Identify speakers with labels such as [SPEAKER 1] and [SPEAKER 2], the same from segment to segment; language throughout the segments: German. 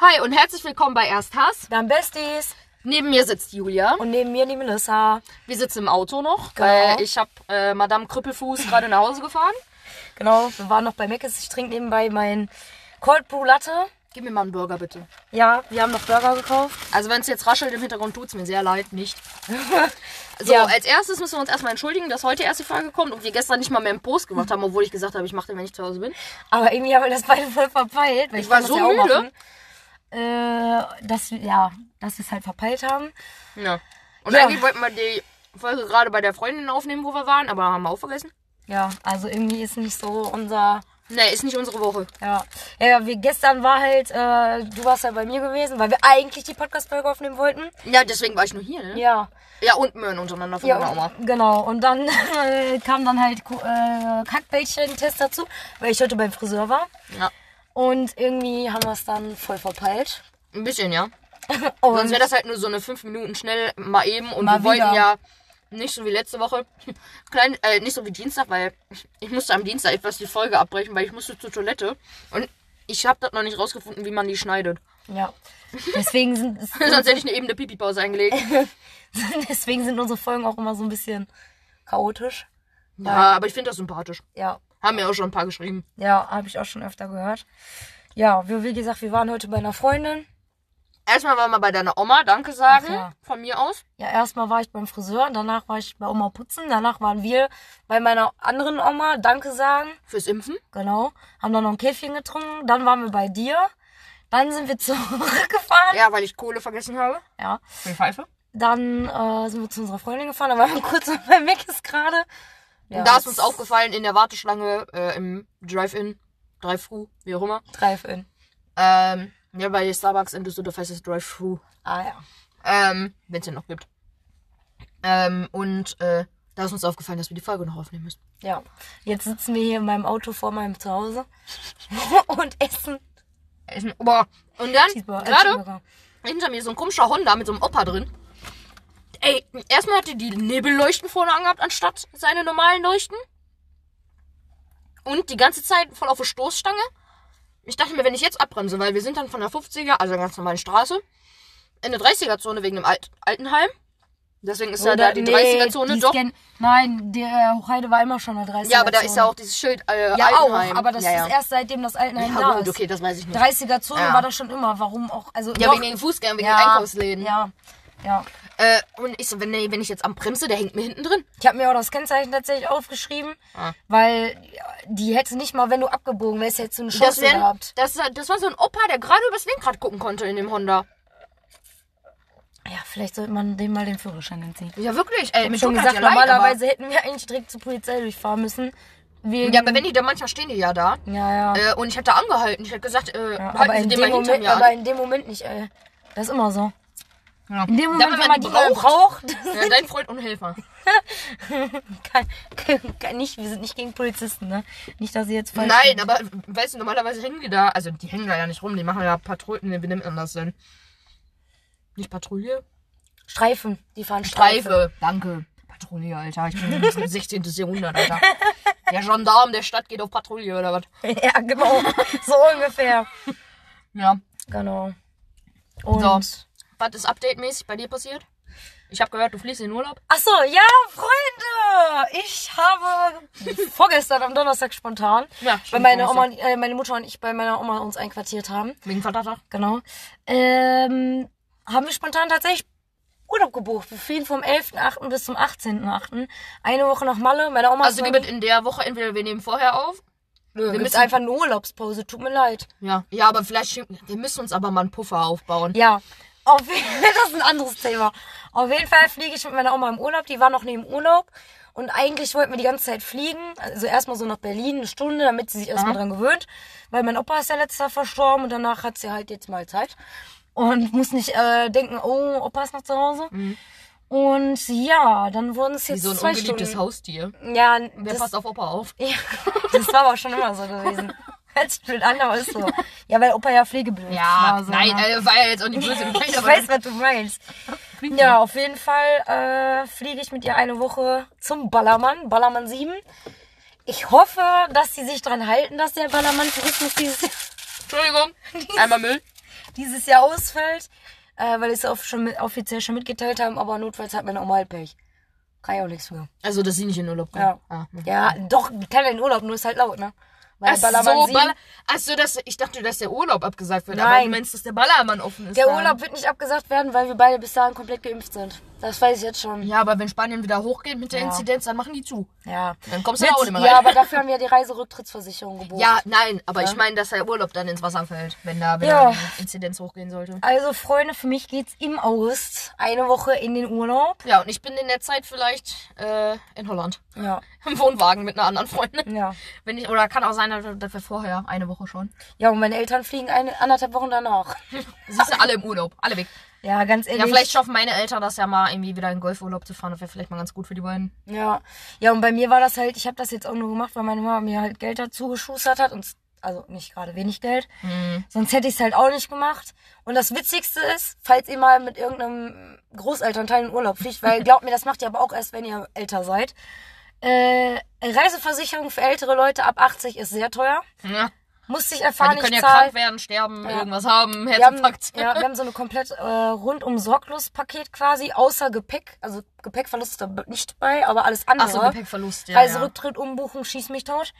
[SPEAKER 1] Hi und herzlich willkommen bei Erst Hass.
[SPEAKER 2] Dann Besties.
[SPEAKER 1] Neben mir sitzt Julia.
[SPEAKER 2] Und neben mir die Melissa.
[SPEAKER 1] Wir sitzen im Auto noch,
[SPEAKER 2] Genau.
[SPEAKER 1] weil ich habe äh, Madame Krüppelfuß gerade nach Hause gefahren.
[SPEAKER 2] Genau, wir waren noch bei Mc's. Ich trinke nebenbei mein Cold Brew Latte.
[SPEAKER 1] Gib mir mal einen Burger bitte.
[SPEAKER 2] Ja, wir haben noch Burger gekauft.
[SPEAKER 1] Also wenn es jetzt raschelt im Hintergrund, tut's mir sehr leid, nicht. So,
[SPEAKER 2] Ja.
[SPEAKER 1] als erstes müssen wir uns erstmal entschuldigen, dass heute erst die Frage kommt und wir gestern nicht mal mehr einen Post gemacht haben, obwohl ich gesagt habe, ich mache den, wenn ich zu Hause bin.
[SPEAKER 2] Aber irgendwie haben wir das beide voll verpeilt. Weil
[SPEAKER 1] Ich war
[SPEAKER 2] kann das
[SPEAKER 1] so
[SPEAKER 2] ja auch
[SPEAKER 1] müde.
[SPEAKER 2] machen. Äh, dass wir, ja, dass wir es halt verpeilt haben.
[SPEAKER 1] Ja. Und
[SPEAKER 2] Ja.
[SPEAKER 1] eigentlich wollten wir die Folge gerade bei der Freundin aufnehmen, wo wir waren, aber haben wir auch vergessen.
[SPEAKER 2] Ja, also irgendwie ist nicht so unser.
[SPEAKER 1] Nee, ist nicht unsere Woche.
[SPEAKER 2] Ja, ja wir, gestern war halt, äh, du warst ja bei mir gewesen, weil wir eigentlich die Podcast-Folge aufnehmen wollten.
[SPEAKER 1] Ja, deswegen war ich nur hier, ne? Ja,
[SPEAKER 2] Ja,
[SPEAKER 1] und Möhren untereinander von
[SPEAKER 2] Ja,
[SPEAKER 1] meiner Oma.
[SPEAKER 2] genau. Und dann äh, kam dann halt Ku- äh, Kackbällchen-Test dazu, weil ich heute beim Friseur war.
[SPEAKER 1] Ja.
[SPEAKER 2] Und irgendwie haben wir es dann voll verpeilt.
[SPEAKER 1] Ein bisschen, ja.
[SPEAKER 2] Und
[SPEAKER 1] Sonst wäre das halt nur so eine 5 Minuten schnell mal eben. Und
[SPEAKER 2] Mal
[SPEAKER 1] wir wollten ja
[SPEAKER 2] wieder.
[SPEAKER 1] nicht so wie letzte Woche, klein, äh, nicht so wie Dienstag, weil ich musste am Dienstag etwas die Folge abbrechen, weil ich musste zur Toilette. Und ich habe das noch nicht rausgefunden, wie man die schneidet.
[SPEAKER 2] ja. Deswegen sind, es-
[SPEAKER 1] Sonst hätte ich eine ebene Pipi-Pause eingelegt.
[SPEAKER 2] deswegen sind unsere Folgen auch immer so ein bisschen chaotisch.
[SPEAKER 1] Ja, aber ich finde das sympathisch.
[SPEAKER 2] Ja,
[SPEAKER 1] Haben mir auch schon ein paar geschrieben.
[SPEAKER 2] ja, habe ich auch schon öfter gehört. Ja, wir, wie gesagt, wir waren heute bei einer Freundin.
[SPEAKER 1] Erstmal waren wir bei deiner Oma, danke sagen,
[SPEAKER 2] Ach ja.
[SPEAKER 1] von mir aus.
[SPEAKER 2] Ja, erstmal war ich beim Friseur, danach war ich bei Oma putzen, danach waren wir bei meiner anderen Oma Danke sagen.
[SPEAKER 1] Fürs Impfen.
[SPEAKER 2] Genau. Haben dann noch ein Käffchen getrunken. Dann waren wir bei dir. Dann sind wir zurückgefahren.
[SPEAKER 1] Ja, weil ich Kohle vergessen habe.
[SPEAKER 2] Ja.
[SPEAKER 1] Für die Pfeife.
[SPEAKER 2] Dann äh, sind wir zu unserer Freundin gefahren. Da waren wir kurz noch bei Meckes gerade. Ja,
[SPEAKER 1] Und da ist uns aufgefallen, in der Warteschlange, äh, im Drive-In, Drive-Thru, wie auch immer.
[SPEAKER 2] Drive-In.
[SPEAKER 1] Ähm, ja, bei Starbucks in Düsseldorf heißt es Drive-Thru.
[SPEAKER 2] Ah ja.
[SPEAKER 1] Ähm, wenn es den noch gibt. Ähm, und äh, da ist uns aufgefallen, dass wir die Folge noch aufnehmen müssen.
[SPEAKER 2] Ja. Jetzt sitzen wir hier in meinem Auto vor meinem Zuhause und essen
[SPEAKER 1] Essen. Boah. Und dann,
[SPEAKER 2] Cheeseburger. äh,
[SPEAKER 1] gerade
[SPEAKER 2] Cheeseburger.
[SPEAKER 1] hinter mir so ein komischer Honda mit so einem Opa drin. Ey, erstmal hatte die Nebelleuchten vorne angehabt, anstatt seine normalen Leuchten. Und die ganze Zeit voll auf der Stoßstange. Ich dachte mir, wenn ich jetzt abbremse, weil wir sind dann von der 50er, also der ganz normalen Straße, in der 30er-Zone wegen dem Alt Altenheim. Deswegen ist ja da die
[SPEAKER 2] nee,
[SPEAKER 1] 30er-Zone
[SPEAKER 2] die
[SPEAKER 1] doch.
[SPEAKER 2] Scan- Nein, der äh, Hochheide war immer schon eine 30er.
[SPEAKER 1] Ja, aber da ist ja auch dieses Schild äh,
[SPEAKER 2] Ja, auch,
[SPEAKER 1] Altenheim.
[SPEAKER 2] aber das
[SPEAKER 1] ja, ja.
[SPEAKER 2] ist erst seitdem das Altenheim
[SPEAKER 1] Ja,
[SPEAKER 2] da
[SPEAKER 1] gut,
[SPEAKER 2] ist.
[SPEAKER 1] okay, das weiß ich nicht.
[SPEAKER 2] 30er Zone
[SPEAKER 1] Ja.
[SPEAKER 2] war das schon immer. Warum auch? Also
[SPEAKER 1] ja,
[SPEAKER 2] doch-
[SPEAKER 1] wegen den Fußgängern, wegen den Einkaufsläden.
[SPEAKER 2] Ja, ja.
[SPEAKER 1] Äh, und ich so, wenn, der- wenn ich jetzt am bremse, der hängt mir hinten drin.
[SPEAKER 2] Ich habe mir auch das Kennzeichen tatsächlich aufgeschrieben,
[SPEAKER 1] Ah.
[SPEAKER 2] weil ja, die hätte nicht mal, wenn du abgebogen wärst, hättest du eine
[SPEAKER 1] Das,
[SPEAKER 2] Chance
[SPEAKER 1] wär,
[SPEAKER 2] gehabt.
[SPEAKER 1] das, das war so ein Opa, der gerade übers Lenkrad gucken konnte in dem Honda.
[SPEAKER 2] Ja, vielleicht sollte man dem mal den Führerschein entziehen.
[SPEAKER 1] Ja, wirklich. Ey,
[SPEAKER 2] Ich
[SPEAKER 1] mir
[SPEAKER 2] schon
[SPEAKER 1] tut das
[SPEAKER 2] gesagt,
[SPEAKER 1] ja leid,
[SPEAKER 2] normalerweise hätten wir eigentlich direkt zur Polizei durchfahren müssen.
[SPEAKER 1] Aber,
[SPEAKER 2] Wegen,
[SPEAKER 1] ja, aber wenn die da manchmal stehen, die ja da.
[SPEAKER 2] Ja, ja.
[SPEAKER 1] Äh, und ich hätte angehalten. Ich hätte gesagt, äh,
[SPEAKER 2] ja
[SPEAKER 1] halten
[SPEAKER 2] aber,
[SPEAKER 1] Sie
[SPEAKER 2] in
[SPEAKER 1] den
[SPEAKER 2] dem
[SPEAKER 1] mal hinter
[SPEAKER 2] Moment,
[SPEAKER 1] mir
[SPEAKER 2] aber
[SPEAKER 1] an.
[SPEAKER 2] in dem Moment nicht, ey. Das ist immer so.
[SPEAKER 1] Ja.
[SPEAKER 2] In dem
[SPEAKER 1] Dann,
[SPEAKER 2] Moment, wenn, man die mal braucht,
[SPEAKER 1] Ja, dein Freund und Helfer.
[SPEAKER 2] kann, kann, kann nicht, wir sind nicht gegen Polizisten, ne? Nicht, dass sie jetzt falsch
[SPEAKER 1] Nein, aber weißt du, normalerweise hängen die da, also die hängen da ja nicht rum, die machen ja Patrouillen, ne, wie nennt man das denn? Nicht Patrouille?
[SPEAKER 2] Streifen, die fahren Streifen.
[SPEAKER 1] Streife. Danke. Patrouille, Alter. Ich bin im 16. Jahrhundert, Alter. Der Gendarm der Stadt geht auf Patrouille oder was?
[SPEAKER 2] Ja, genau. so ungefähr.
[SPEAKER 1] Ja.
[SPEAKER 2] Genau. Und
[SPEAKER 1] So. Was ist update-mäßig bei dir passiert? Ich habe gehört, du fliegst in den Urlaub.
[SPEAKER 2] Ach so, ja, Freunde! Ich habe vorgestern am Donnerstag spontan,
[SPEAKER 1] Ja,
[SPEAKER 2] weil
[SPEAKER 1] stimmt,
[SPEAKER 2] meine, Oma,
[SPEAKER 1] Donnerstag.
[SPEAKER 2] äh, meine Mutter und ich bei meiner Oma uns einquartiert haben,
[SPEAKER 1] Wegen Vatertag.
[SPEAKER 2] genau, ähm, haben wir spontan tatsächlich Urlaub gebucht. Wir fliegen vom 11.8. bis zum 18.8. Eine Woche nach Malle. Meine Oma
[SPEAKER 1] Also
[SPEAKER 2] hat
[SPEAKER 1] gibt es in der Woche entweder wir nehmen vorher auf.
[SPEAKER 2] Nö, wir
[SPEAKER 1] müssen-
[SPEAKER 2] müssen einfach eine Urlaubspause, tut mir leid.
[SPEAKER 1] Ja. Ja, aber vielleicht schicken- wir müssen uns aber mal einen Puffer aufbauen.
[SPEAKER 2] Ja, auf jeden das ist ein anderes Thema. Auf jeden Fall fliege ich mit meiner Oma im Urlaub. Die war noch nie im Urlaub. Und eigentlich wollten wir die ganze Zeit fliegen. Also erstmal so nach Berlin, eine Stunde, damit sie sich erstmal dran gewöhnt. Weil mein Opa ist ja letztes Jahr verstorben und danach hat sie halt jetzt mal Zeit. Und muss nicht äh, denken, oh, Opa ist noch zu Hause. Und ja, dann wurden es
[SPEAKER 1] Mhm. Wie
[SPEAKER 2] jetzt
[SPEAKER 1] so ein
[SPEAKER 2] zwei
[SPEAKER 1] ungeliebtes
[SPEAKER 2] Stunden.
[SPEAKER 1] Haustier.
[SPEAKER 2] Ja,
[SPEAKER 1] Wer
[SPEAKER 2] das,
[SPEAKER 1] passt auf Opa auf?
[SPEAKER 2] ja, das war aber schon immer so gewesen. Hört sich blöd an, aber ist so. Ja, weil Opa ja pflegeblind war. So,
[SPEAKER 1] nein,
[SPEAKER 2] ne?
[SPEAKER 1] äh, war ja jetzt auch nicht böse gemeint,
[SPEAKER 2] Ich
[SPEAKER 1] aber-
[SPEAKER 2] weiß, was du meinst.
[SPEAKER 1] Fliegen.
[SPEAKER 2] Ja, auf jeden Fall äh, fliege ich mit ihr eine Woche zum Ballermann, Ballermann 7. Ich hoffe, dass sie sich dran halten, dass der Ballermann Tourismus dieses Jahr.
[SPEAKER 1] Entschuldigung. Einmal Müll.
[SPEAKER 2] dieses Jahr ausfällt, äh, weil es auch schon mit, offiziell schon mitgeteilt haben, aber notfalls hat man auch mal Pech. Kann ich auch nichts für.
[SPEAKER 1] Also, dass sie nicht in Urlaub kommen.
[SPEAKER 2] Ja.
[SPEAKER 1] Ah, hm.
[SPEAKER 2] Ja, doch, kann ja in Urlaub, nur ist halt laut, ne? Weil
[SPEAKER 1] Ach
[SPEAKER 2] Ballermann
[SPEAKER 1] so,
[SPEAKER 2] sieben-
[SPEAKER 1] Baller Ach so, dass, ich dachte, dass der Urlaub abgesagt wird. Aber
[SPEAKER 2] Nein.
[SPEAKER 1] du meinst, dass der Ballermann offen ist.
[SPEAKER 2] Der
[SPEAKER 1] dann.
[SPEAKER 2] Urlaub wird nicht abgesagt werden, weil wir beide bis dahin komplett geimpft sind. Das weiß ich jetzt schon.
[SPEAKER 1] Ja, aber wenn Spanien wieder hochgeht mit der
[SPEAKER 2] Ja.
[SPEAKER 1] Inzidenz, dann machen die zu.
[SPEAKER 2] Ja.
[SPEAKER 1] Dann kommst du
[SPEAKER 2] Jetzt,
[SPEAKER 1] da auch nicht mehr rein.
[SPEAKER 2] ja, aber dafür haben wir die Reiserücktrittsversicherung gebucht.
[SPEAKER 1] Ja, nein, aber
[SPEAKER 2] Ja.
[SPEAKER 1] ich meine, dass der Urlaub dann ins Wasser fällt, wenn da wieder
[SPEAKER 2] Ja.
[SPEAKER 1] die Inzidenz hochgehen sollte.
[SPEAKER 2] Also, Freunde, für mich geht's im August eine Woche in den Urlaub.
[SPEAKER 1] Ja, und ich bin in der Zeit vielleicht äh, in Holland.
[SPEAKER 2] Ja.
[SPEAKER 1] Im Wohnwagen mit einer anderen Freundin.
[SPEAKER 2] Ja.
[SPEAKER 1] Wenn ich, oder kann auch sein, dass wir- dass wir vorher, eine Woche schon.
[SPEAKER 2] Ja, und meine Eltern fliegen eine, anderthalb Wochen danach.
[SPEAKER 1] Siehst du, alle im Urlaub, alle weg.
[SPEAKER 2] Ja, ganz ehrlich.
[SPEAKER 1] Ja, vielleicht schaffen meine Eltern das ja mal, irgendwie wieder in den Golfurlaub zu fahren. Das wäre vielleicht mal ganz gut für die beiden.
[SPEAKER 2] Ja. Ja, und bei mir war das halt, ich habe das jetzt auch nur gemacht, weil meine Mama mir halt Geld dazu geschustert hat und also nicht gerade wenig Geld.
[SPEAKER 1] Mhm.
[SPEAKER 2] Sonst hätte ich es halt auch nicht gemacht. Und das Witzigste ist, falls ihr mal mit irgendeinem Großelternteil in Urlaub fliegt, weil glaubt mir, das macht ihr aber auch erst, wenn ihr älter seid. Äh, Reiseversicherung für ältere Leute ab 80 ist sehr teuer.
[SPEAKER 1] Ja.
[SPEAKER 2] Musste ich
[SPEAKER 1] Weil
[SPEAKER 2] erfahren,
[SPEAKER 1] die
[SPEAKER 2] ich
[SPEAKER 1] können ja
[SPEAKER 2] zahl.
[SPEAKER 1] krank werden, sterben,
[SPEAKER 2] Ja.
[SPEAKER 1] irgendwas haben,
[SPEAKER 2] wir, haben,
[SPEAKER 1] Herzinfarkt.
[SPEAKER 2] ja, wir haben so eine komplett äh, rundum sorglos Paket quasi, außer Gepäck. Also Gepäckverlust ist da b- nicht bei, aber alles andere.
[SPEAKER 1] Ach so, Gepäckverlust, ja. ja.
[SPEAKER 2] Reiserücktritt, Umbuchung, schieß mich tot.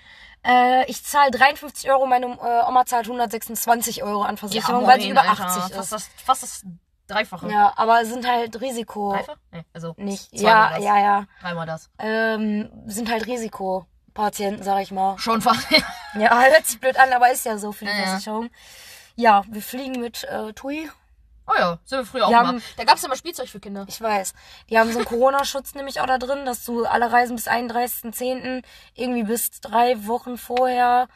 [SPEAKER 2] Äh, ich zahle 53 Euro, meine äh, Oma zahlt 126 Euro an
[SPEAKER 1] Ja,
[SPEAKER 2] Versicherung, weil sie
[SPEAKER 1] moin,
[SPEAKER 2] über
[SPEAKER 1] Alter.
[SPEAKER 2] 80
[SPEAKER 1] Fast
[SPEAKER 2] ist.
[SPEAKER 1] das, fast das Dreifache.
[SPEAKER 2] Ja, aber es sind halt Risiko.
[SPEAKER 1] Dreifach? Nee, also
[SPEAKER 2] Nicht.
[SPEAKER 1] zweimal
[SPEAKER 2] Ja,
[SPEAKER 1] das.
[SPEAKER 2] ja, ja.
[SPEAKER 1] Dreimal das.
[SPEAKER 2] Ähm, sind halt Risikopatienten, sag ich mal.
[SPEAKER 1] Schon fast.
[SPEAKER 2] Ja, hört sich blöd an, aber ist ja so für die
[SPEAKER 1] Ja, ja.
[SPEAKER 2] Versicherung. Ja, wir fliegen mit äh, TUI.
[SPEAKER 1] oh ja, sind wir früher auch
[SPEAKER 2] Wir
[SPEAKER 1] mal.
[SPEAKER 2] haben-
[SPEAKER 1] Da gab es immer Spielzeug für Kinder.
[SPEAKER 2] Ich weiß. Die haben so einen Corona-Schutz nämlich auch da drin, dass du alle Reisen bis 31.10. irgendwie bis drei Wochen vorher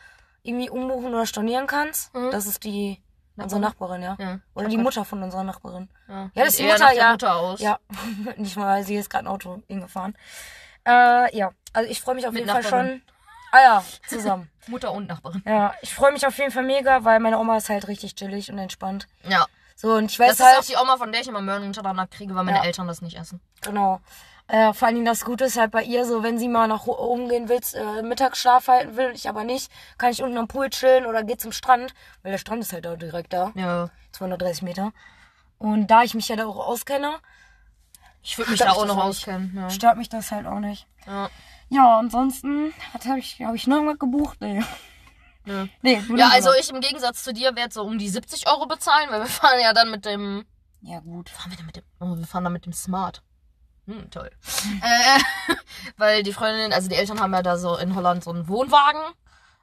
[SPEAKER 2] irgendwie umbuchen oder stornieren kannst.
[SPEAKER 1] Mhm.
[SPEAKER 2] Das ist die unsere Nachbarin, ja.
[SPEAKER 1] Ja.
[SPEAKER 2] Oder die Mutter von unserer Nachbarin.
[SPEAKER 1] Ja,
[SPEAKER 2] Ja, das ist
[SPEAKER 1] Sieht
[SPEAKER 2] die
[SPEAKER 1] eher
[SPEAKER 2] Mutter,
[SPEAKER 1] nach der
[SPEAKER 2] ja.
[SPEAKER 1] Mutter aus.
[SPEAKER 2] Ja, nicht mal, sie ist gerade ein Auto hingefahren. Äh, ja, also ich freue mich auf
[SPEAKER 1] Mit
[SPEAKER 2] jeden Fall
[SPEAKER 1] Nachbarin.
[SPEAKER 2] schon. Ah ja, zusammen.
[SPEAKER 1] Mutter und Nachbarin.
[SPEAKER 2] ja, ich freue mich auf jeden Fall mega, weil meine Oma ist halt richtig chillig und entspannt.
[SPEAKER 1] Ja.
[SPEAKER 2] So, und ich
[SPEAKER 1] Das,
[SPEAKER 2] weiß
[SPEAKER 1] ist
[SPEAKER 2] halt,
[SPEAKER 1] auch die Oma, von der ich immer Mörn untereinander kriege, weil meine
[SPEAKER 2] Ja.
[SPEAKER 1] Eltern das nicht essen.
[SPEAKER 2] Genau. Äh, vor allen Dingen das Gute ist halt bei ihr so, wenn sie mal nach ho- oben gehen willst, äh, Mittagsschlaf halten will, ich aber nicht, kann ich unten am Pool chillen oder geh zum Strand, weil der Strand ist halt auch direkt da,
[SPEAKER 1] Ja.
[SPEAKER 2] 230 Meter. Und da ich mich ja da auch auskenne,
[SPEAKER 1] Ich würde mich
[SPEAKER 2] Stört
[SPEAKER 1] da
[SPEAKER 2] mich
[SPEAKER 1] auch
[SPEAKER 2] das
[SPEAKER 1] noch
[SPEAKER 2] auch
[SPEAKER 1] auskennen. Ja.
[SPEAKER 2] stört mich das halt auch nicht.
[SPEAKER 1] Ja.
[SPEAKER 2] Ja, ansonsten, was habe ich, habe ich noch mal gebucht? Nee.
[SPEAKER 1] Ja.
[SPEAKER 2] Nee, nur
[SPEAKER 1] ja,
[SPEAKER 2] den
[SPEAKER 1] also
[SPEAKER 2] Urlaub.
[SPEAKER 1] ich im Gegensatz zu dir werde so um die 70 Euro bezahlen, weil wir fahren ja dann mit dem.
[SPEAKER 2] Ja, gut.
[SPEAKER 1] Fahren wir denn mit dem. Oh, wir fahren dann mit dem Smart. Hm, toll. äh, weil die Freundin, also die Eltern haben ja da so in Holland so einen Wohnwagen.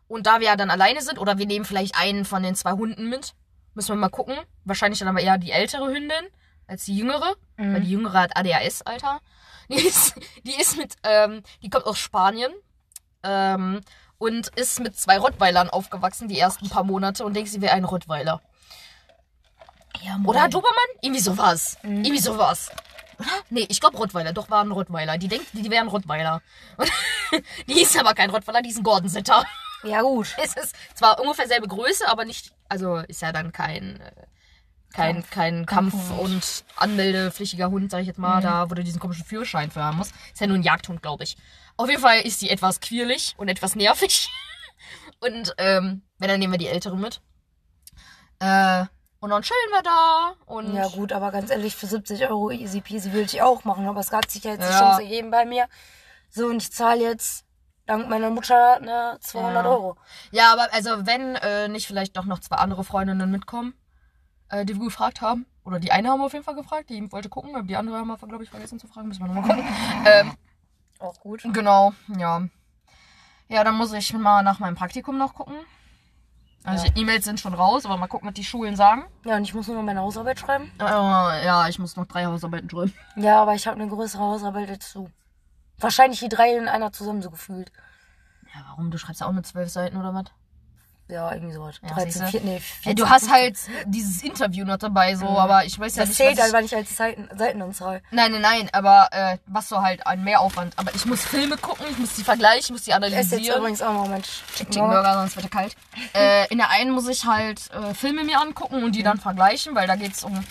[SPEAKER 1] Und da wir ja dann alleine sind, oder wir nehmen vielleicht einen von den zwei Hunden mit, müssen wir mal gucken. Wahrscheinlich dann aber eher die ältere Hündin als die jüngere.
[SPEAKER 2] Mhm.
[SPEAKER 1] Weil die jüngere hat ADHS, Alter. Die ist, die ist mit, ähm, die kommt aus Spanien. Ähm, und ist mit zwei Rottweilern aufgewachsen, die ersten paar Monate. Und denkt, sie wäre ein Rottweiler.
[SPEAKER 2] Ja,
[SPEAKER 1] Oder
[SPEAKER 2] moin.
[SPEAKER 1] Dobermann? Irgendwie sowas. Irgendwie sowas. Oder? Nee, ich glaube Rottweiler. Doch, waren Rottweiler. Die denkt, die wären Rottweiler. Und die ist aber kein Rottweiler, die ist ein Gordon Sitter.
[SPEAKER 2] Ja, gut.
[SPEAKER 1] Es ist zwar ungefähr selbe Größe, aber nicht. Also ist ja dann kein. äh, Kein, kein Kampf- Mhm. und anmeldepflichtiger Hund, sag ich jetzt mal, da, wo du diesen komischen Führerschein für haben musst. Ist ja nur ein Jagdhund, glaube ich. Auf jeden Fall ist sie etwas quirlig und etwas nervig. Und ähm, wenn, dann nehmen wir die Ältere mit. Äh, und dann chillen wir da. Und
[SPEAKER 2] Ja, gut, aber ganz ehrlich, für 70 Euro easy peasy würde ich auch machen, aber es hat sich ja jetzt die
[SPEAKER 1] Ja.
[SPEAKER 2] Chance gegeben bei mir. So, und ich zahle jetzt dank meiner Mutter ne, 200
[SPEAKER 1] Ja.
[SPEAKER 2] Euro.
[SPEAKER 1] Ja, aber also wenn äh, nicht vielleicht doch noch zwei andere Freundinnen mitkommen, äh, die wir gefragt haben. Oder die eine haben wir auf jeden Fall gefragt, die wollte gucken, aber die andere haben wir, glaube ich, vergessen zu fragen. Müssen wir nochmal gucken. ähm,
[SPEAKER 2] Auch gut.
[SPEAKER 1] genau, ja. Ja, dann muss ich mal nach meinem Praktikum noch gucken. Also
[SPEAKER 2] Ja.
[SPEAKER 1] E-Mails sind schon raus, aber mal gucken, was die Schulen sagen.
[SPEAKER 2] Ja, und ich muss nur noch meine Hausarbeit schreiben.
[SPEAKER 1] Äh, ja, ich muss noch drei Hausarbeiten schreiben.
[SPEAKER 2] Ja, aber ich habe eine größere Hausarbeit dazu. Wahrscheinlich die drei in einer zusammen so gefühlt.
[SPEAKER 1] Ja, warum? Du schreibst ja auch nur zwölf Seiten oder was?
[SPEAKER 2] Ja, irgendwie sowas.
[SPEAKER 1] Ja,
[SPEAKER 2] 13,
[SPEAKER 1] siehste.
[SPEAKER 2] 4, nee,
[SPEAKER 1] Ja,
[SPEAKER 2] 14.
[SPEAKER 1] du hast halt dieses Interview noch dabei, so, aber ich weiß ja
[SPEAKER 2] das
[SPEAKER 1] nicht,
[SPEAKER 2] zählt
[SPEAKER 1] was ich-
[SPEAKER 2] einfach nicht als Seiten, Seitenanzahl.
[SPEAKER 1] Nein, nein, nein, aber äh, was so halt ein Mehraufwand. Aber ich muss Filme gucken, ich muss die vergleichen, ich muss die
[SPEAKER 2] Ich esse jetzt
[SPEAKER 1] analysieren.
[SPEAKER 2] übrigens auch mal meinen
[SPEAKER 1] Chicken
[SPEAKER 2] Chicken
[SPEAKER 1] Burger, sonst wird er kalt. Äh, in der einen muss ich halt äh, Filme mir angucken und die dann vergleichen, weil da geht's um.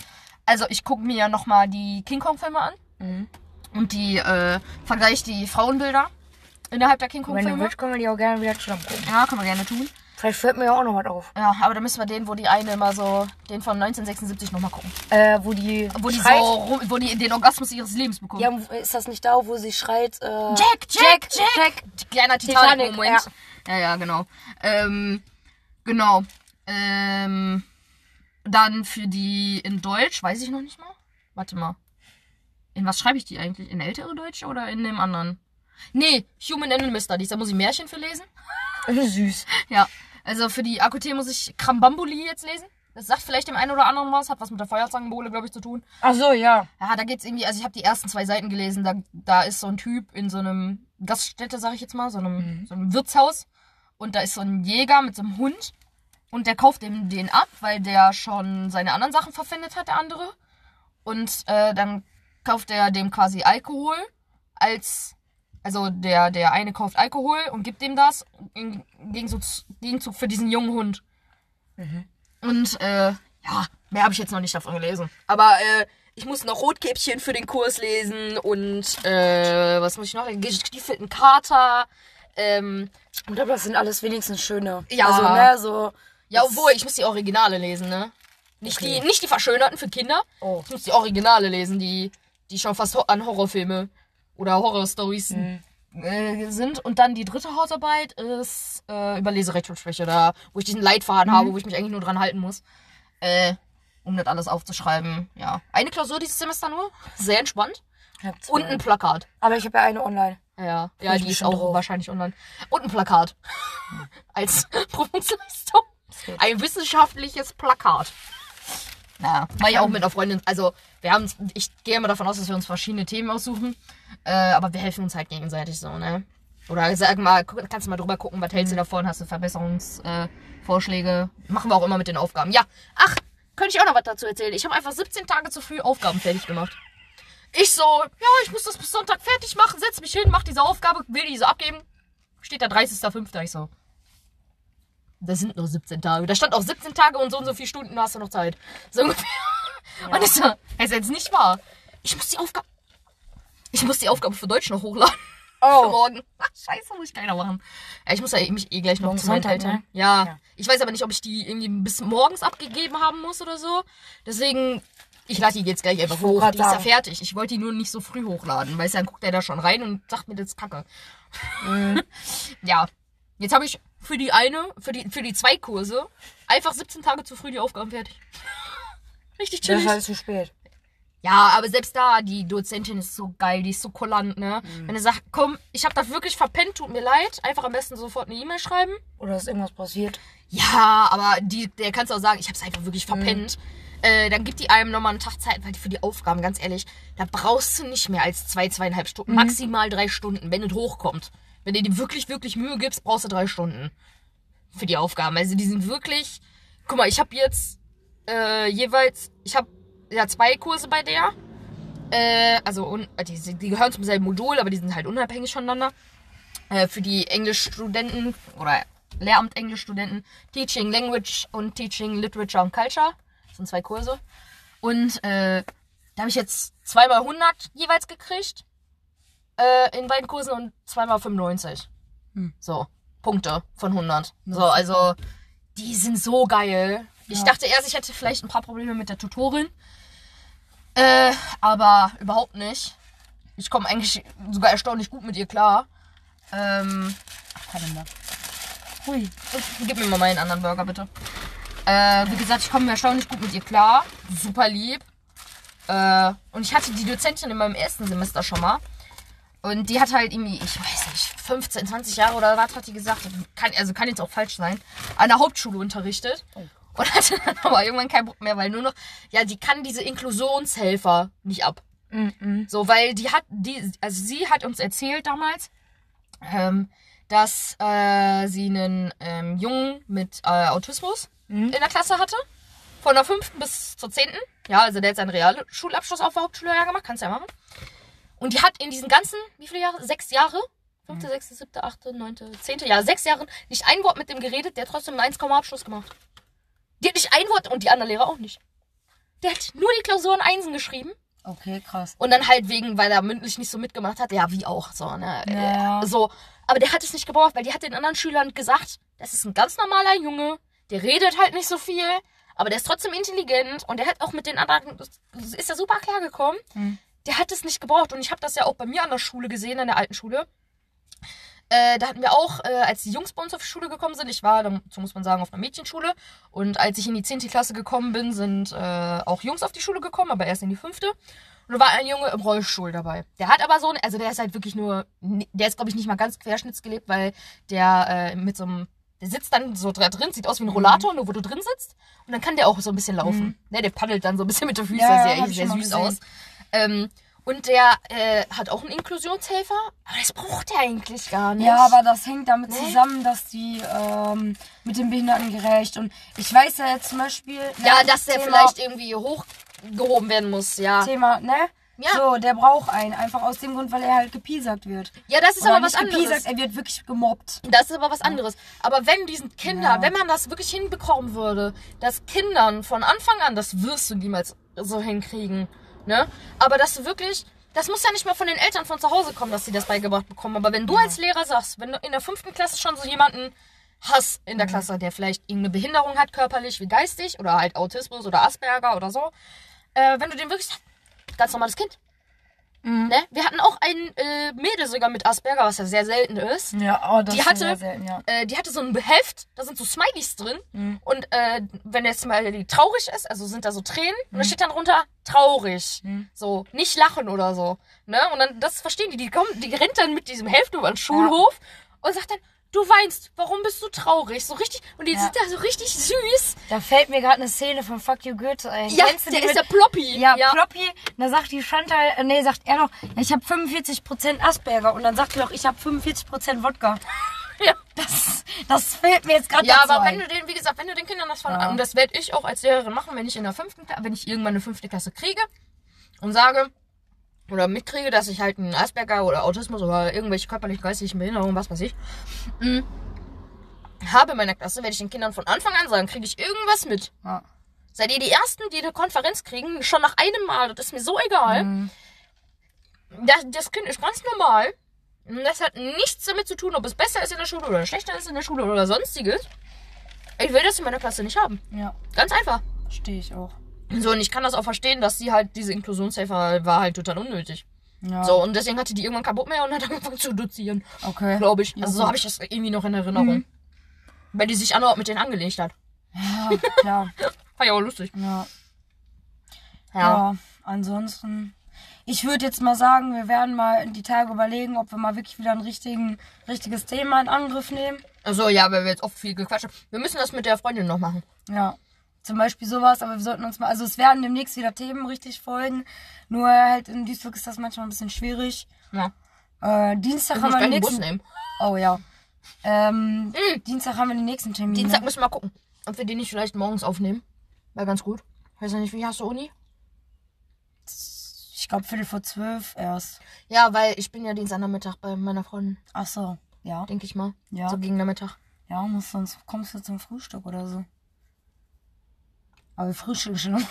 [SPEAKER 1] Also ich gucke mir ja nochmal die King Kong-Filme an
[SPEAKER 2] Mhm.
[SPEAKER 1] und die äh, vergleiche die Frauenbilder innerhalb der King
[SPEAKER 2] Wenn du
[SPEAKER 1] Kong-Filme.
[SPEAKER 2] willst, können wir die auch gerne wieder zusammen gucken.
[SPEAKER 1] Ja, können wir gerne tun.
[SPEAKER 2] Vielleicht fällt mir ja auch noch was auf.
[SPEAKER 1] Ja, aber da müssen wir den, wo die eine immer so, den von 1976 nochmal gucken.
[SPEAKER 2] Äh, wo die.
[SPEAKER 1] Wo die
[SPEAKER 2] schreit.
[SPEAKER 1] so, rum- wo die den Orgasmus ihres Lebens bekommt.
[SPEAKER 2] Ja, ist das nicht da, wo sie schreit? Äh,
[SPEAKER 1] Jack, Jack, Jack,
[SPEAKER 2] Jack.
[SPEAKER 1] Kleiner
[SPEAKER 2] Titanic,
[SPEAKER 1] Titanic-Moment. Ja. ja, genau. Ähm, genau. Ähm, dann für die in Deutsch, weiß ich noch nicht mal. Warte mal. In was schreibe ich die eigentlich? In ältere Deutsch oder in dem anderen? Nee, Human Animal Studies. Da muss ich Märchen für lesen.
[SPEAKER 2] Äh, Süß.
[SPEAKER 1] Ja. Also für die AKT muss ich Krambambuli jetzt lesen. Das sagt vielleicht dem einen oder anderen was. Hat was mit der Feuerzangenbowle, glaube ich, zu tun.
[SPEAKER 2] Ach so, ja.
[SPEAKER 1] Ja, da geht's irgendwie, also ich habe die ersten zwei Seiten gelesen, da, da ist so ein Typ in so einem Gaststätte, sag ich jetzt mal, so einem, so einem Wirtshaus. Und da ist so ein Jäger mit so einem Hund. Und der kauft ihm den ab, weil der schon seine anderen Sachen verpfändet hat, der andere. Und äh, dann kauft er dem quasi Alkohol als. Also der, der eine kauft Alkohol und gibt ihm das im Gegenzug, Gegenzug für diesen jungen Hund. Und äh, ja, mehr habe ich jetzt noch nicht davon gelesen. Aber äh, ich muss noch Rotkäppchen für den Kurs lesen und äh, was muss ich noch? Den gestiefelten Kater. Ähm,
[SPEAKER 2] Und aber das sind alles wenigstens schöne.
[SPEAKER 1] Ja.
[SPEAKER 2] Also, ne, so.
[SPEAKER 1] ja,
[SPEAKER 2] Das-
[SPEAKER 1] obwohl, ich muss die Originale lesen, ne? Nicht,
[SPEAKER 2] Okay.
[SPEAKER 1] die, nicht die Verschönerten für Kinder.
[SPEAKER 2] Oh.
[SPEAKER 1] Ich muss die Originale lesen, die, die schon fast ho an Horrorfilme oder Horrorstories äh, sind. Und dann die dritte Hausarbeit ist äh, über Leserechtschreibschwäche, da, wo ich diesen Leitfaden habe, wo ich mich eigentlich nur dran halten muss. Äh, um das alles aufzuschreiben. Ja. Eine Klausur dieses Semester nur. Sehr entspannt. Und ein Plakat.
[SPEAKER 2] Aber ich habe ja eine online.
[SPEAKER 1] Ja, ja
[SPEAKER 2] ich
[SPEAKER 1] die
[SPEAKER 2] mich
[SPEAKER 1] ist
[SPEAKER 2] schon
[SPEAKER 1] auch
[SPEAKER 2] drauf.
[SPEAKER 1] wahrscheinlich online. Und ein Plakat. Als Prüfungsleistung.
[SPEAKER 2] geht.
[SPEAKER 1] Ein wissenschaftliches Plakat. Ja, war ich auch mit einer Freundin. Also, wir haben uns- ich gehe immer davon aus, dass wir uns verschiedene Themen aussuchen. Äh, aber wir helfen uns halt gegenseitig so, ne? Oder sag mal, guck- kannst du mal drüber gucken, was hältst
[SPEAKER 2] Mhm.
[SPEAKER 1] du davon? Hast du Verbesserungsvorschläge? Äh, Vorschläge? Machen wir auch immer mit den Aufgaben. Ja, ach, könnte ich auch noch was dazu erzählen. Ich habe einfach 17 Tage zu früh Aufgaben fertig gemacht. Ich so, ja, ich muss das bis Sonntag fertig machen, setz mich hin, mach diese Aufgabe, will diese abgeben. Steht da 30.05. Ich so. Das sind noch 17 Tage. Da stand auch 17 Tage und so und so viele Stunden hast du noch Zeit. So ungefähr. Und ich so, das ist jetzt nicht wahr. Ich muss die Aufgabe. Ich muss die Aufgabe für Deutsch noch hochladen. Für
[SPEAKER 2] Oh.
[SPEAKER 1] morgen. Ach, scheiße, muss ich keiner machen. Ja, ich muss ja eh- mich eh gleich noch
[SPEAKER 2] Morgen
[SPEAKER 1] zu meinen
[SPEAKER 2] Sonntag,
[SPEAKER 1] Eltern.
[SPEAKER 2] ne?
[SPEAKER 1] Ja.
[SPEAKER 2] Ja.
[SPEAKER 1] Ich weiß aber nicht, ob ich die irgendwie bis morgens abgegeben haben muss oder so. Deswegen, ich lade die jetzt gleich einfach
[SPEAKER 2] wollte
[SPEAKER 1] hoch.
[SPEAKER 2] grad
[SPEAKER 1] Die ist ja
[SPEAKER 2] sagen.
[SPEAKER 1] fertig. Ich wollte die nur nicht so früh hochladen. Weißt du, dann guckt er da schon rein und sagt mir das ist Kacke.
[SPEAKER 2] Mhm.
[SPEAKER 1] ja. Jetzt habe ich für die eine, für die, für die zwei Kurse einfach 17 Tage zu früh die Aufgaben fertig. Richtig
[SPEAKER 2] Das
[SPEAKER 1] chillig.
[SPEAKER 2] ist halt zu spät.
[SPEAKER 1] Ja, aber selbst da, die Dozentin ist so geil, die ist so kulant, ne? Wenn er sagt, komm, ich hab das wirklich verpennt, tut mir leid, einfach am besten sofort eine E-Mail schreiben.
[SPEAKER 2] Oder ist irgendwas passiert?
[SPEAKER 1] Ja, aber die, der kannst du auch sagen, ich hab's einfach wirklich verpennt. Äh, dann gibt die einem nochmal einen Tag Zeit, weil die für die Aufgaben, ganz ehrlich, da brauchst du nicht mehr als zwei, zweieinhalb Stunden, maximal drei Stunden, wenn es hochkommt. Wenn du dir wirklich, wirklich Mühe gibst, brauchst du drei Stunden für die Aufgaben. Also die sind wirklich. Guck mal, ich habe jetzt äh, jeweils, ich habe ja zwei Kurse bei der. Äh, also un, die, sind- die gehören zum selben Modul, aber die sind halt unabhängig voneinander. Äh, für die Englischstudenten oder Lehramt Englischstudenten Teaching Language und Teaching Literature and Culture. Das sind zwei Kurse. Und äh, da habe ich jetzt zweimal 100 jeweils gekriegt äh, in beiden Kursen und zweimal 95. So, Punkte von 100. So, also die sind so geil. Ich dachte erst, ich hätte vielleicht ein paar Probleme mit der Tutorin. Äh, aber überhaupt nicht. Ich komme eigentlich sogar erstaunlich gut mit ihr klar. Ähm,
[SPEAKER 2] Kalender. Hui.
[SPEAKER 1] Oh, Gib mir mal meinen anderen Burger, bitte. Äh, wie gesagt, ich komme erstaunlich gut mit ihr klar. Super lieb. Äh, und ich hatte die Dozentin in meinem ersten Semester schon mal. Und die hat halt irgendwie, ich weiß nicht, 15, 20 Jahre oder was hat die gesagt. Kann, also kann jetzt auch falsch sein. An der Hauptschule unterrichtet. Und hatte dann aber irgendwann keinen Bock mehr, weil nur noch, ja, die kann diese Inklusionshelfer nicht ab.
[SPEAKER 2] Mhm.
[SPEAKER 1] So, weil die hat, die, also sie hat uns erzählt damals, ähm, dass äh, sie einen ähm, Jungen mit äh, Autismus in der Klasse hatte. Von der fünften bis zur zehnten. Ja, also der hat seinen Realschulabschluss auf der Hauptschule ja gemacht, kannst ja machen. Und die hat in diesen ganzen, wie viele Jahre? Sechs Jahre? Fünfte, sechste, siebte, achte, neunte, zehnte, ja, sechs Jahren nicht ein Wort mit dem geredet, der hat trotzdem einen 1,-Abschluss gemacht. Die hat nicht ein Wort und die anderen Lehrer auch nicht. Der hat nur die Klausuren Einsen geschrieben
[SPEAKER 2] Okay, krass.
[SPEAKER 1] Und dann halt wegen, weil er mündlich nicht so mitgemacht hat, ja, wie auch, so, ne?
[SPEAKER 2] Ja.
[SPEAKER 1] Äh, So. Aber der hat es nicht gebraucht, weil die hat den anderen Schülern gesagt, das ist ein ganz normaler Junge, der redet halt nicht so viel, aber der ist trotzdem intelligent und der hat auch mit den anderen, das ist ja super klargekommen.
[SPEAKER 2] Mhm.
[SPEAKER 1] Der hat es nicht gebraucht und ich habe das ja auch bei mir an der Schule gesehen, an der alten Schule. Äh, da hatten wir auch, äh, als die Jungs bei uns auf die Schule gekommen sind, ich war, dazu muss man sagen, auf einer Mädchenschule. Und als ich in die 10. Klasse gekommen bin, sind äh, auch Jungs auf die Schule gekommen, aber erst in die 5. Und da war ein Junge im Rollstuhl dabei. Der hat aber so, ein- also der ist halt wirklich nur, der ist glaube ich nicht mal ganz querschnittsgelebt, weil der äh, mit so einem, der sitzt dann so da drin, sieht aus
[SPEAKER 2] Mhm.
[SPEAKER 1] wie ein Rollator, nur wo du drin sitzt. Und dann kann der auch so ein bisschen laufen. Ne, der paddelt dann so ein bisschen mit der Füße,
[SPEAKER 2] Ja,
[SPEAKER 1] sehr,
[SPEAKER 2] hab ich
[SPEAKER 1] sehr
[SPEAKER 2] schon mal
[SPEAKER 1] süß
[SPEAKER 2] gesehen.
[SPEAKER 1] aus. Ähm, und der äh, hat auch einen Inklusionshelfer, aber das braucht er eigentlich gar nicht.
[SPEAKER 2] Ja, aber das hängt damit zusammen, dass die ähm, mit den Behinderten gerecht und ich weiß ja jetzt zum Beispiel. ne,
[SPEAKER 1] ja, dass der
[SPEAKER 2] Thema-
[SPEAKER 1] vielleicht irgendwie hochgehoben werden muss, ja.
[SPEAKER 2] Thema, ne?
[SPEAKER 1] Ja.
[SPEAKER 2] So, der braucht einen. Einfach aus dem Grund, weil er halt gepiesackt wird.
[SPEAKER 1] Ja, das ist
[SPEAKER 2] Oder
[SPEAKER 1] aber was
[SPEAKER 2] nicht
[SPEAKER 1] anderes.
[SPEAKER 2] Gepiesackt, er wird wirklich gemobbt.
[SPEAKER 1] Das ist aber was anderes. Aber wenn diesen Kinder,
[SPEAKER 2] Ja.
[SPEAKER 1] wenn man das wirklich hinbekommen würde, dass Kindern von Anfang an, das wirst du niemals so hinkriegen, ne? Aber dass du wirklich, das muss ja nicht mal von den Eltern von zu Hause kommen, dass sie das beigebracht bekommen. Aber wenn du als Lehrer sagst, wenn du in der fünften Klasse schon so jemanden hast in der Klasse, der vielleicht irgendeine Behinderung hat, körperlich wie geistig, oder halt Autismus oder Asperger oder so, äh, wenn du den wirklich ganz normales Kind. Ne? Wir hatten auch ein äh, Mädel sogar mit Asperger, was ja sehr selten ist
[SPEAKER 2] Ja, oh, das
[SPEAKER 1] Die
[SPEAKER 2] ist
[SPEAKER 1] hatte-
[SPEAKER 2] sehr selten, ja. Mhm.
[SPEAKER 1] äh, die hatte so ein Heft, da sind so Smileys drin. Und äh, wenn jetzt mal die traurig ist, also sind da so Tränen, und da
[SPEAKER 2] Mhm.
[SPEAKER 1] steht dann drunter traurig. So, nicht lachen oder so. Ne? Und dann, das verstehen die, die kommen, die rennt dann mit diesem Heft über den Schulhof und sagt dann, du weinst, warum bist du traurig? So richtig, und die
[SPEAKER 2] Ja.
[SPEAKER 1] sind da so richtig süß.
[SPEAKER 2] Da fällt mir gerade eine Szene von Fuck You Goethe ein.
[SPEAKER 1] Ja,
[SPEAKER 2] Kennst du die
[SPEAKER 1] der ist
[SPEAKER 2] mit-
[SPEAKER 1] der Ploppy.
[SPEAKER 2] Ja, Ploppy, da sagt die Chantal, äh, nee, sagt er doch, ja, ich habe 45% Asperger und dann sagt sie doch, ich habe 45% Wodka.
[SPEAKER 1] Ja.
[SPEAKER 2] Das, das fällt mir jetzt gerade
[SPEAKER 1] Ja,
[SPEAKER 2] dazu
[SPEAKER 1] aber wenn du
[SPEAKER 2] ein.
[SPEAKER 1] den, wie gesagt, wenn du den Kindern das von,
[SPEAKER 2] Ja.
[SPEAKER 1] und das werde ich auch als Lehrerin machen, wenn ich in der fünften Klasse, wenn ich irgendwann eine fünfte Klasse kriege und sage oder mitkriege, dass ich halt einen Asperger oder Autismus oder irgendwelche körperlich-geistigen Behinderungen, was weiß ich, mh, habe in meiner Klasse, werde ich den Kindern von Anfang an sagen, kriege ich irgendwas mit.
[SPEAKER 2] Ja.
[SPEAKER 1] Seid ihr die Ersten, die eine Konferenz kriegen, schon nach einem Mal, das ist mir so egal.
[SPEAKER 2] Mhm.
[SPEAKER 1] Das, das Kind ist ganz normal. Und Das hat nichts damit zu tun, ob es besser ist in der Schule oder schlechter ist in der Schule oder sonstiges. Ich will das in meiner Klasse nicht haben.
[SPEAKER 2] Ja,
[SPEAKER 1] Ganz einfach.
[SPEAKER 2] stehe ich auch.
[SPEAKER 1] So, und ich kann das auch verstehen, dass sie halt, diese Inklusionshelfer war halt total unnötig.
[SPEAKER 2] Ja,
[SPEAKER 1] So, und deswegen hatte die irgendwann keinen Bock mehr und hat angefangen zu dozieren.
[SPEAKER 2] okay.
[SPEAKER 1] Glaube ich.
[SPEAKER 2] Ja, Mhm.
[SPEAKER 1] Also so
[SPEAKER 2] gut.
[SPEAKER 1] habe ich das irgendwie noch in Erinnerung. Weil die sich auch mit denen angelegt hat.
[SPEAKER 2] Ja, klar.
[SPEAKER 1] War ja auch lustig.
[SPEAKER 2] Ja.
[SPEAKER 1] Ja.
[SPEAKER 2] Ja, ansonsten. Ich würde jetzt mal sagen, wir werden mal die Tage überlegen, ob wir mal wirklich wieder ein richtigen, richtiges Thema in Angriff nehmen.
[SPEAKER 1] Also ja, weil wir jetzt oft viel gequatscht haben. Wir müssen das mit der Freundin noch machen.
[SPEAKER 2] Ja. Zum Beispiel sowas, aber wir sollten uns mal. Also es werden demnächst wieder Themen richtig folgen. Nur halt in Duisburg ist das manchmal ein bisschen schwierig.
[SPEAKER 1] Ja.
[SPEAKER 2] Äh, Dienstag
[SPEAKER 1] Ich
[SPEAKER 2] haben
[SPEAKER 1] muss
[SPEAKER 2] wir
[SPEAKER 1] gleich den
[SPEAKER 2] den
[SPEAKER 1] Bus ne?
[SPEAKER 2] nächsten.
[SPEAKER 1] nehmen.
[SPEAKER 2] Oh ja. Ähm,
[SPEAKER 1] Mhm.
[SPEAKER 2] Dienstag haben wir den nächsten Termin.
[SPEAKER 1] Dienstag
[SPEAKER 2] Ne?
[SPEAKER 1] müssen wir mal gucken, ob wir den nicht vielleicht morgens aufnehmen. Wäre ganz gut. Weiß ja nicht, wie hast du Uni?
[SPEAKER 2] Ich glaube Viertel vor zwölf erst.
[SPEAKER 1] Ja, weil ich bin ja Dienstag Nachmittag bei meiner Freundin,
[SPEAKER 2] Ach so. Ja.
[SPEAKER 1] denke ich mal.
[SPEAKER 2] Ja.
[SPEAKER 1] So gegen Nachmittag.
[SPEAKER 2] Ja, musst sonst kommst du zum Frühstück oder so. Aber wir frühstücken schon um,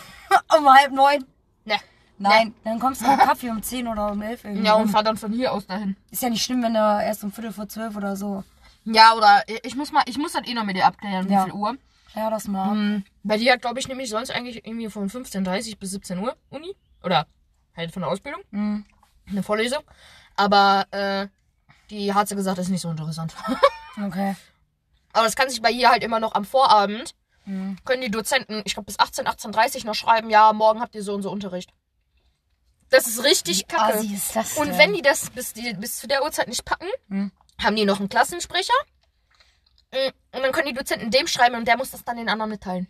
[SPEAKER 2] um halb neun.
[SPEAKER 1] Ne.
[SPEAKER 2] Nein, dann kommst du mit Kaffee um zehn oder um elf irgendwie.
[SPEAKER 1] Ja, und fahr dann von hier aus dahin.
[SPEAKER 2] Ist ja nicht schlimm, wenn du erst um Viertel vor zwölf oder so.
[SPEAKER 1] Ja, oder ich muss mal, ich muss dann eh noch mit dir abklären, wie
[SPEAKER 2] Ja.
[SPEAKER 1] viel Uhr.
[SPEAKER 2] Klär das mal. ab.
[SPEAKER 1] Hm, Bei dir hat, glaube ich, nämlich sonst eigentlich irgendwie von 15.30 bis 17 Uhr Uni. Oder halt von der Ausbildung,
[SPEAKER 2] Mhm.
[SPEAKER 1] eine Vorlesung. Aber äh, die hat sie gesagt, ist nicht so interessant.
[SPEAKER 2] Mhm. Okay.
[SPEAKER 1] Aber das kann sich bei ihr halt immer noch am Vorabend,
[SPEAKER 2] Mhm.
[SPEAKER 1] können die Dozenten, ich glaube bis 18, 18.30 noch schreiben, ja, morgen habt ihr so und so Unterricht. Das ist richtig kacke.
[SPEAKER 2] Assi Ah, ist das
[SPEAKER 1] Und
[SPEAKER 2] denn?
[SPEAKER 1] wenn die das bis, die, bis zu der Uhrzeit nicht packen,
[SPEAKER 2] Hm.
[SPEAKER 1] haben die noch einen Klassensprecher. Mm, Und dann können die Dozenten dem schreiben und der muss das dann den anderen mitteilen.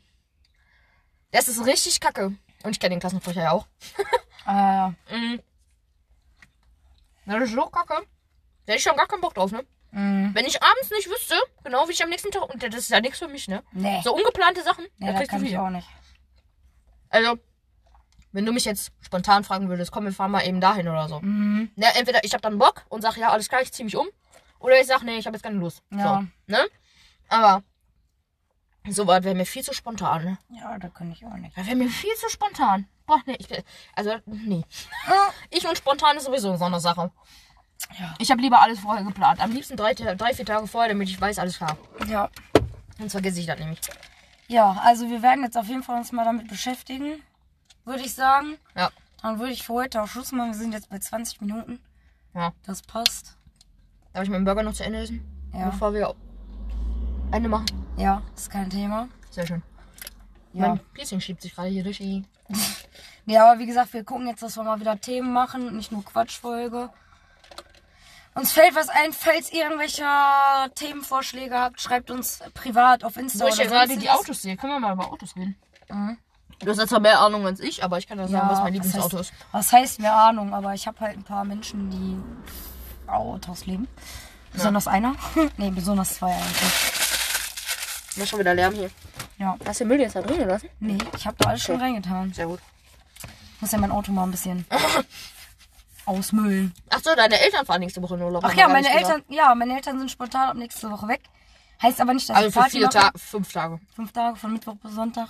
[SPEAKER 1] Das ist richtig kacke. Und ich kenne den Klassensprecher ja auch.
[SPEAKER 2] Äh,
[SPEAKER 1] Mm. Das ist so kacke. Da hätte ich schon gar keinen Bock drauf, ne?
[SPEAKER 2] mh,
[SPEAKER 1] Wenn ich abends nicht wüsste, genau wie ich am nächsten Tag. Und das ist ja nichts für mich, ne?
[SPEAKER 2] nee.
[SPEAKER 1] So ungeplante Sachen,
[SPEAKER 2] nee,
[SPEAKER 1] da
[SPEAKER 2] das
[SPEAKER 1] kriegst du
[SPEAKER 2] kann ich
[SPEAKER 1] viel.
[SPEAKER 2] auch nicht.
[SPEAKER 1] Also, wenn du mich jetzt spontan fragen würdest, komm, wir fahren mal eben dahin oder so.
[SPEAKER 2] Mhm.
[SPEAKER 1] Ne, entweder ich hab dann Bock und sag, ja, alles klar, ich zieh mich um. Oder ich sag, nee, ich hab jetzt keine Lust.
[SPEAKER 2] Ja.
[SPEAKER 1] So, ne? Aber ne? So was wäre mir viel zu spontan. Ne?
[SPEAKER 2] Ja, da kann ich auch nicht.
[SPEAKER 1] Das wäre mir viel zu spontan. Boah, nee, ich bin, also, nee.
[SPEAKER 2] Mhm.
[SPEAKER 1] Ich und spontan ist sowieso so eine Sache.
[SPEAKER 2] Ja.
[SPEAKER 1] Ich habe lieber alles vorher geplant. Am liebsten drei, Ta- drei, vier Tage vorher, damit ich weiß, alles klar.
[SPEAKER 2] Ja.
[SPEAKER 1] Sonst vergesse ich das nämlich.
[SPEAKER 2] Ja, also wir werden jetzt auf jeden Fall uns mal damit beschäftigen, würde ich sagen.
[SPEAKER 1] Ja.
[SPEAKER 2] Dann würde ich für heute auch Schluss machen. Wir sind jetzt bei 20 Minuten.
[SPEAKER 1] Ja.
[SPEAKER 2] Das passt.
[SPEAKER 1] Darf ich meinen Burger noch zu Ende essen?
[SPEAKER 2] Ja.
[SPEAKER 1] Bevor wir Ende machen.
[SPEAKER 2] Ja, ist kein Thema.
[SPEAKER 1] Sehr schön.
[SPEAKER 2] Ja.
[SPEAKER 1] Mein Piercing schiebt sich gerade hier durch die.
[SPEAKER 2] Ja, aber wie gesagt, wir gucken jetzt, dass wir mal wieder Themen machen und nicht nur Quatschfolge. Uns fällt was ein, falls ihr irgendwelche Themenvorschläge habt, schreibt uns privat auf Insta.
[SPEAKER 1] So, ich
[SPEAKER 2] oder
[SPEAKER 1] hier gerade die
[SPEAKER 2] sonstiges.
[SPEAKER 1] Autos sehe. Können wir mal über Autos reden? Du hast ja zwar mehr Ahnung als ich, aber ich kann Mhm. ja sagen,
[SPEAKER 2] Ja,
[SPEAKER 1] was mein Lieblingsauto
[SPEAKER 2] heißt,
[SPEAKER 1] ist.
[SPEAKER 2] Was heißt mehr Ahnung, aber ich habe halt ein paar Menschen, die Autos leben. Besonders einer. nee, besonders zwei eigentlich.
[SPEAKER 1] Ich mach schon wieder Lärm hier.
[SPEAKER 2] Ja.
[SPEAKER 1] Hast du den Müll jetzt da drin gelassen?
[SPEAKER 2] Nee, ich habe da alles schon reingetan.
[SPEAKER 1] Sehr gut.
[SPEAKER 2] Ich muss ja mein Auto mal ein bisschen ausmüllen.
[SPEAKER 1] Ach so, deine Eltern fahren nächste Woche in Urlaub.
[SPEAKER 2] Ach
[SPEAKER 1] haben wir
[SPEAKER 2] ja,
[SPEAKER 1] gar
[SPEAKER 2] meine
[SPEAKER 1] nicht
[SPEAKER 2] Eltern, ja, meine Eltern sind spontan ab nächste Woche weg. Heißt aber nicht, dass
[SPEAKER 1] gesagt. Also
[SPEAKER 2] ich
[SPEAKER 1] für
[SPEAKER 2] Party
[SPEAKER 1] viele
[SPEAKER 2] mache.
[SPEAKER 1] Tage, fünf Tage.
[SPEAKER 2] Fünf Tage von Mittwoch bis Sonntag.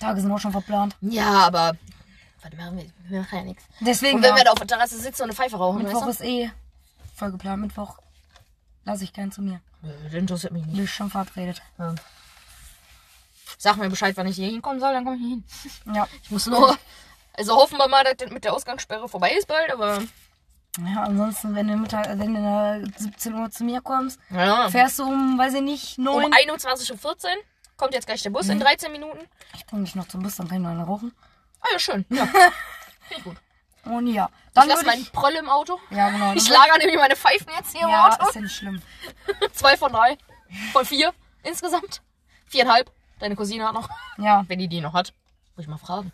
[SPEAKER 2] Tage sind auch schon verplant.
[SPEAKER 1] Ja, aber. Was machen wir? Wir machen ja nichts.
[SPEAKER 2] Deswegen,
[SPEAKER 1] Und wenn
[SPEAKER 2] ja,
[SPEAKER 1] wir da auf der Terrasse sitzen und eine Pfeife rauchen,
[SPEAKER 2] Mittwoch
[SPEAKER 1] weißt
[SPEAKER 2] ist eh voll geplant. Mittwoch lasse ich keinen zu mir.
[SPEAKER 1] du? Äh, Das interessiert mich nicht.
[SPEAKER 2] Bin ich schon verabredet.
[SPEAKER 1] Ähm, Sag mir Bescheid, wann ich hier hinkommen soll, dann komme ich hier hin.
[SPEAKER 2] Ja.
[SPEAKER 1] Ich muss nur. Also hoffen wir mal, dass das mit der Ausgangssperre vorbei ist bald, aber.
[SPEAKER 2] Ja, ansonsten, wenn du, Mittag, wenn du da 17 Uhr zu mir kommst,
[SPEAKER 1] Ja.
[SPEAKER 2] fährst du um, weiß ich nicht,
[SPEAKER 1] Um
[SPEAKER 2] 9.
[SPEAKER 1] 21.14 Uhr kommt jetzt gleich der Bus
[SPEAKER 2] Mhm.
[SPEAKER 1] in 13 Minuten.
[SPEAKER 2] ich bringe dich noch zum Bus, dann kann ich noch eine rauchen.
[SPEAKER 1] Ah ja, schön. Ja. Finde ich gut.
[SPEAKER 2] Und ja,
[SPEAKER 1] Dann
[SPEAKER 2] dann
[SPEAKER 1] ich lasse
[SPEAKER 2] würde
[SPEAKER 1] meinen
[SPEAKER 2] ich...
[SPEAKER 1] Proll im Auto.
[SPEAKER 2] Ja, genau.
[SPEAKER 1] Ich
[SPEAKER 2] dann-
[SPEAKER 1] lagere nämlich meine Pfeifen jetzt hier
[SPEAKER 2] ja,
[SPEAKER 1] im Auto.
[SPEAKER 2] ist ja nicht schlimm.
[SPEAKER 1] Zwei von drei. Von vier insgesamt. Viereinhalb. Deine Cousine hat noch.
[SPEAKER 2] Ja.
[SPEAKER 1] Wenn die die noch hat. Muss ich mal fragen.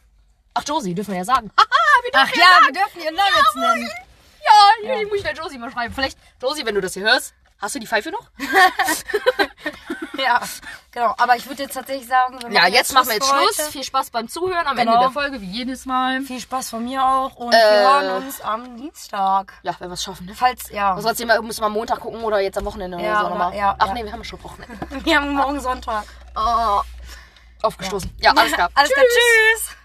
[SPEAKER 1] Ach, Josie, dürfen wir ja sagen.
[SPEAKER 2] Ach ja, wir dürfen ihren Namen jetzt nennen.
[SPEAKER 1] Ja, die muss ich der Josie mal schreiben. Vielleicht, Josie, wenn du das hier hörst, hast du die Pfeife noch?
[SPEAKER 2] Ja, genau. Aber ich würde jetzt tatsächlich sagen, wir
[SPEAKER 1] Ja, jetzt machen wir jetzt
[SPEAKER 2] für
[SPEAKER 1] Schluss.
[SPEAKER 2] heute.
[SPEAKER 1] Viel Spaß beim Zuhören am
[SPEAKER 2] Genau.
[SPEAKER 1] Ende der Folge, wie jedes Mal.
[SPEAKER 2] Viel Spaß von mir auch und
[SPEAKER 1] Äh.
[SPEAKER 2] wir hören uns am Dienstag.
[SPEAKER 1] Ja, wenn wir es schaffen. Ne?
[SPEAKER 2] Falls, ja.
[SPEAKER 1] Sonst immer, müssen wir am Montag gucken oder jetzt am Wochenende
[SPEAKER 2] Ja,
[SPEAKER 1] oder so
[SPEAKER 2] oder-
[SPEAKER 1] nochmal.
[SPEAKER 2] ja,
[SPEAKER 1] Ach
[SPEAKER 2] ja.
[SPEAKER 1] nee, wir haben ja schon Wochenende.
[SPEAKER 2] Wir haben morgen Sonntag.
[SPEAKER 1] Oh, aufgestoßen. Ja, alles klar.
[SPEAKER 2] Alles klar, tschüss.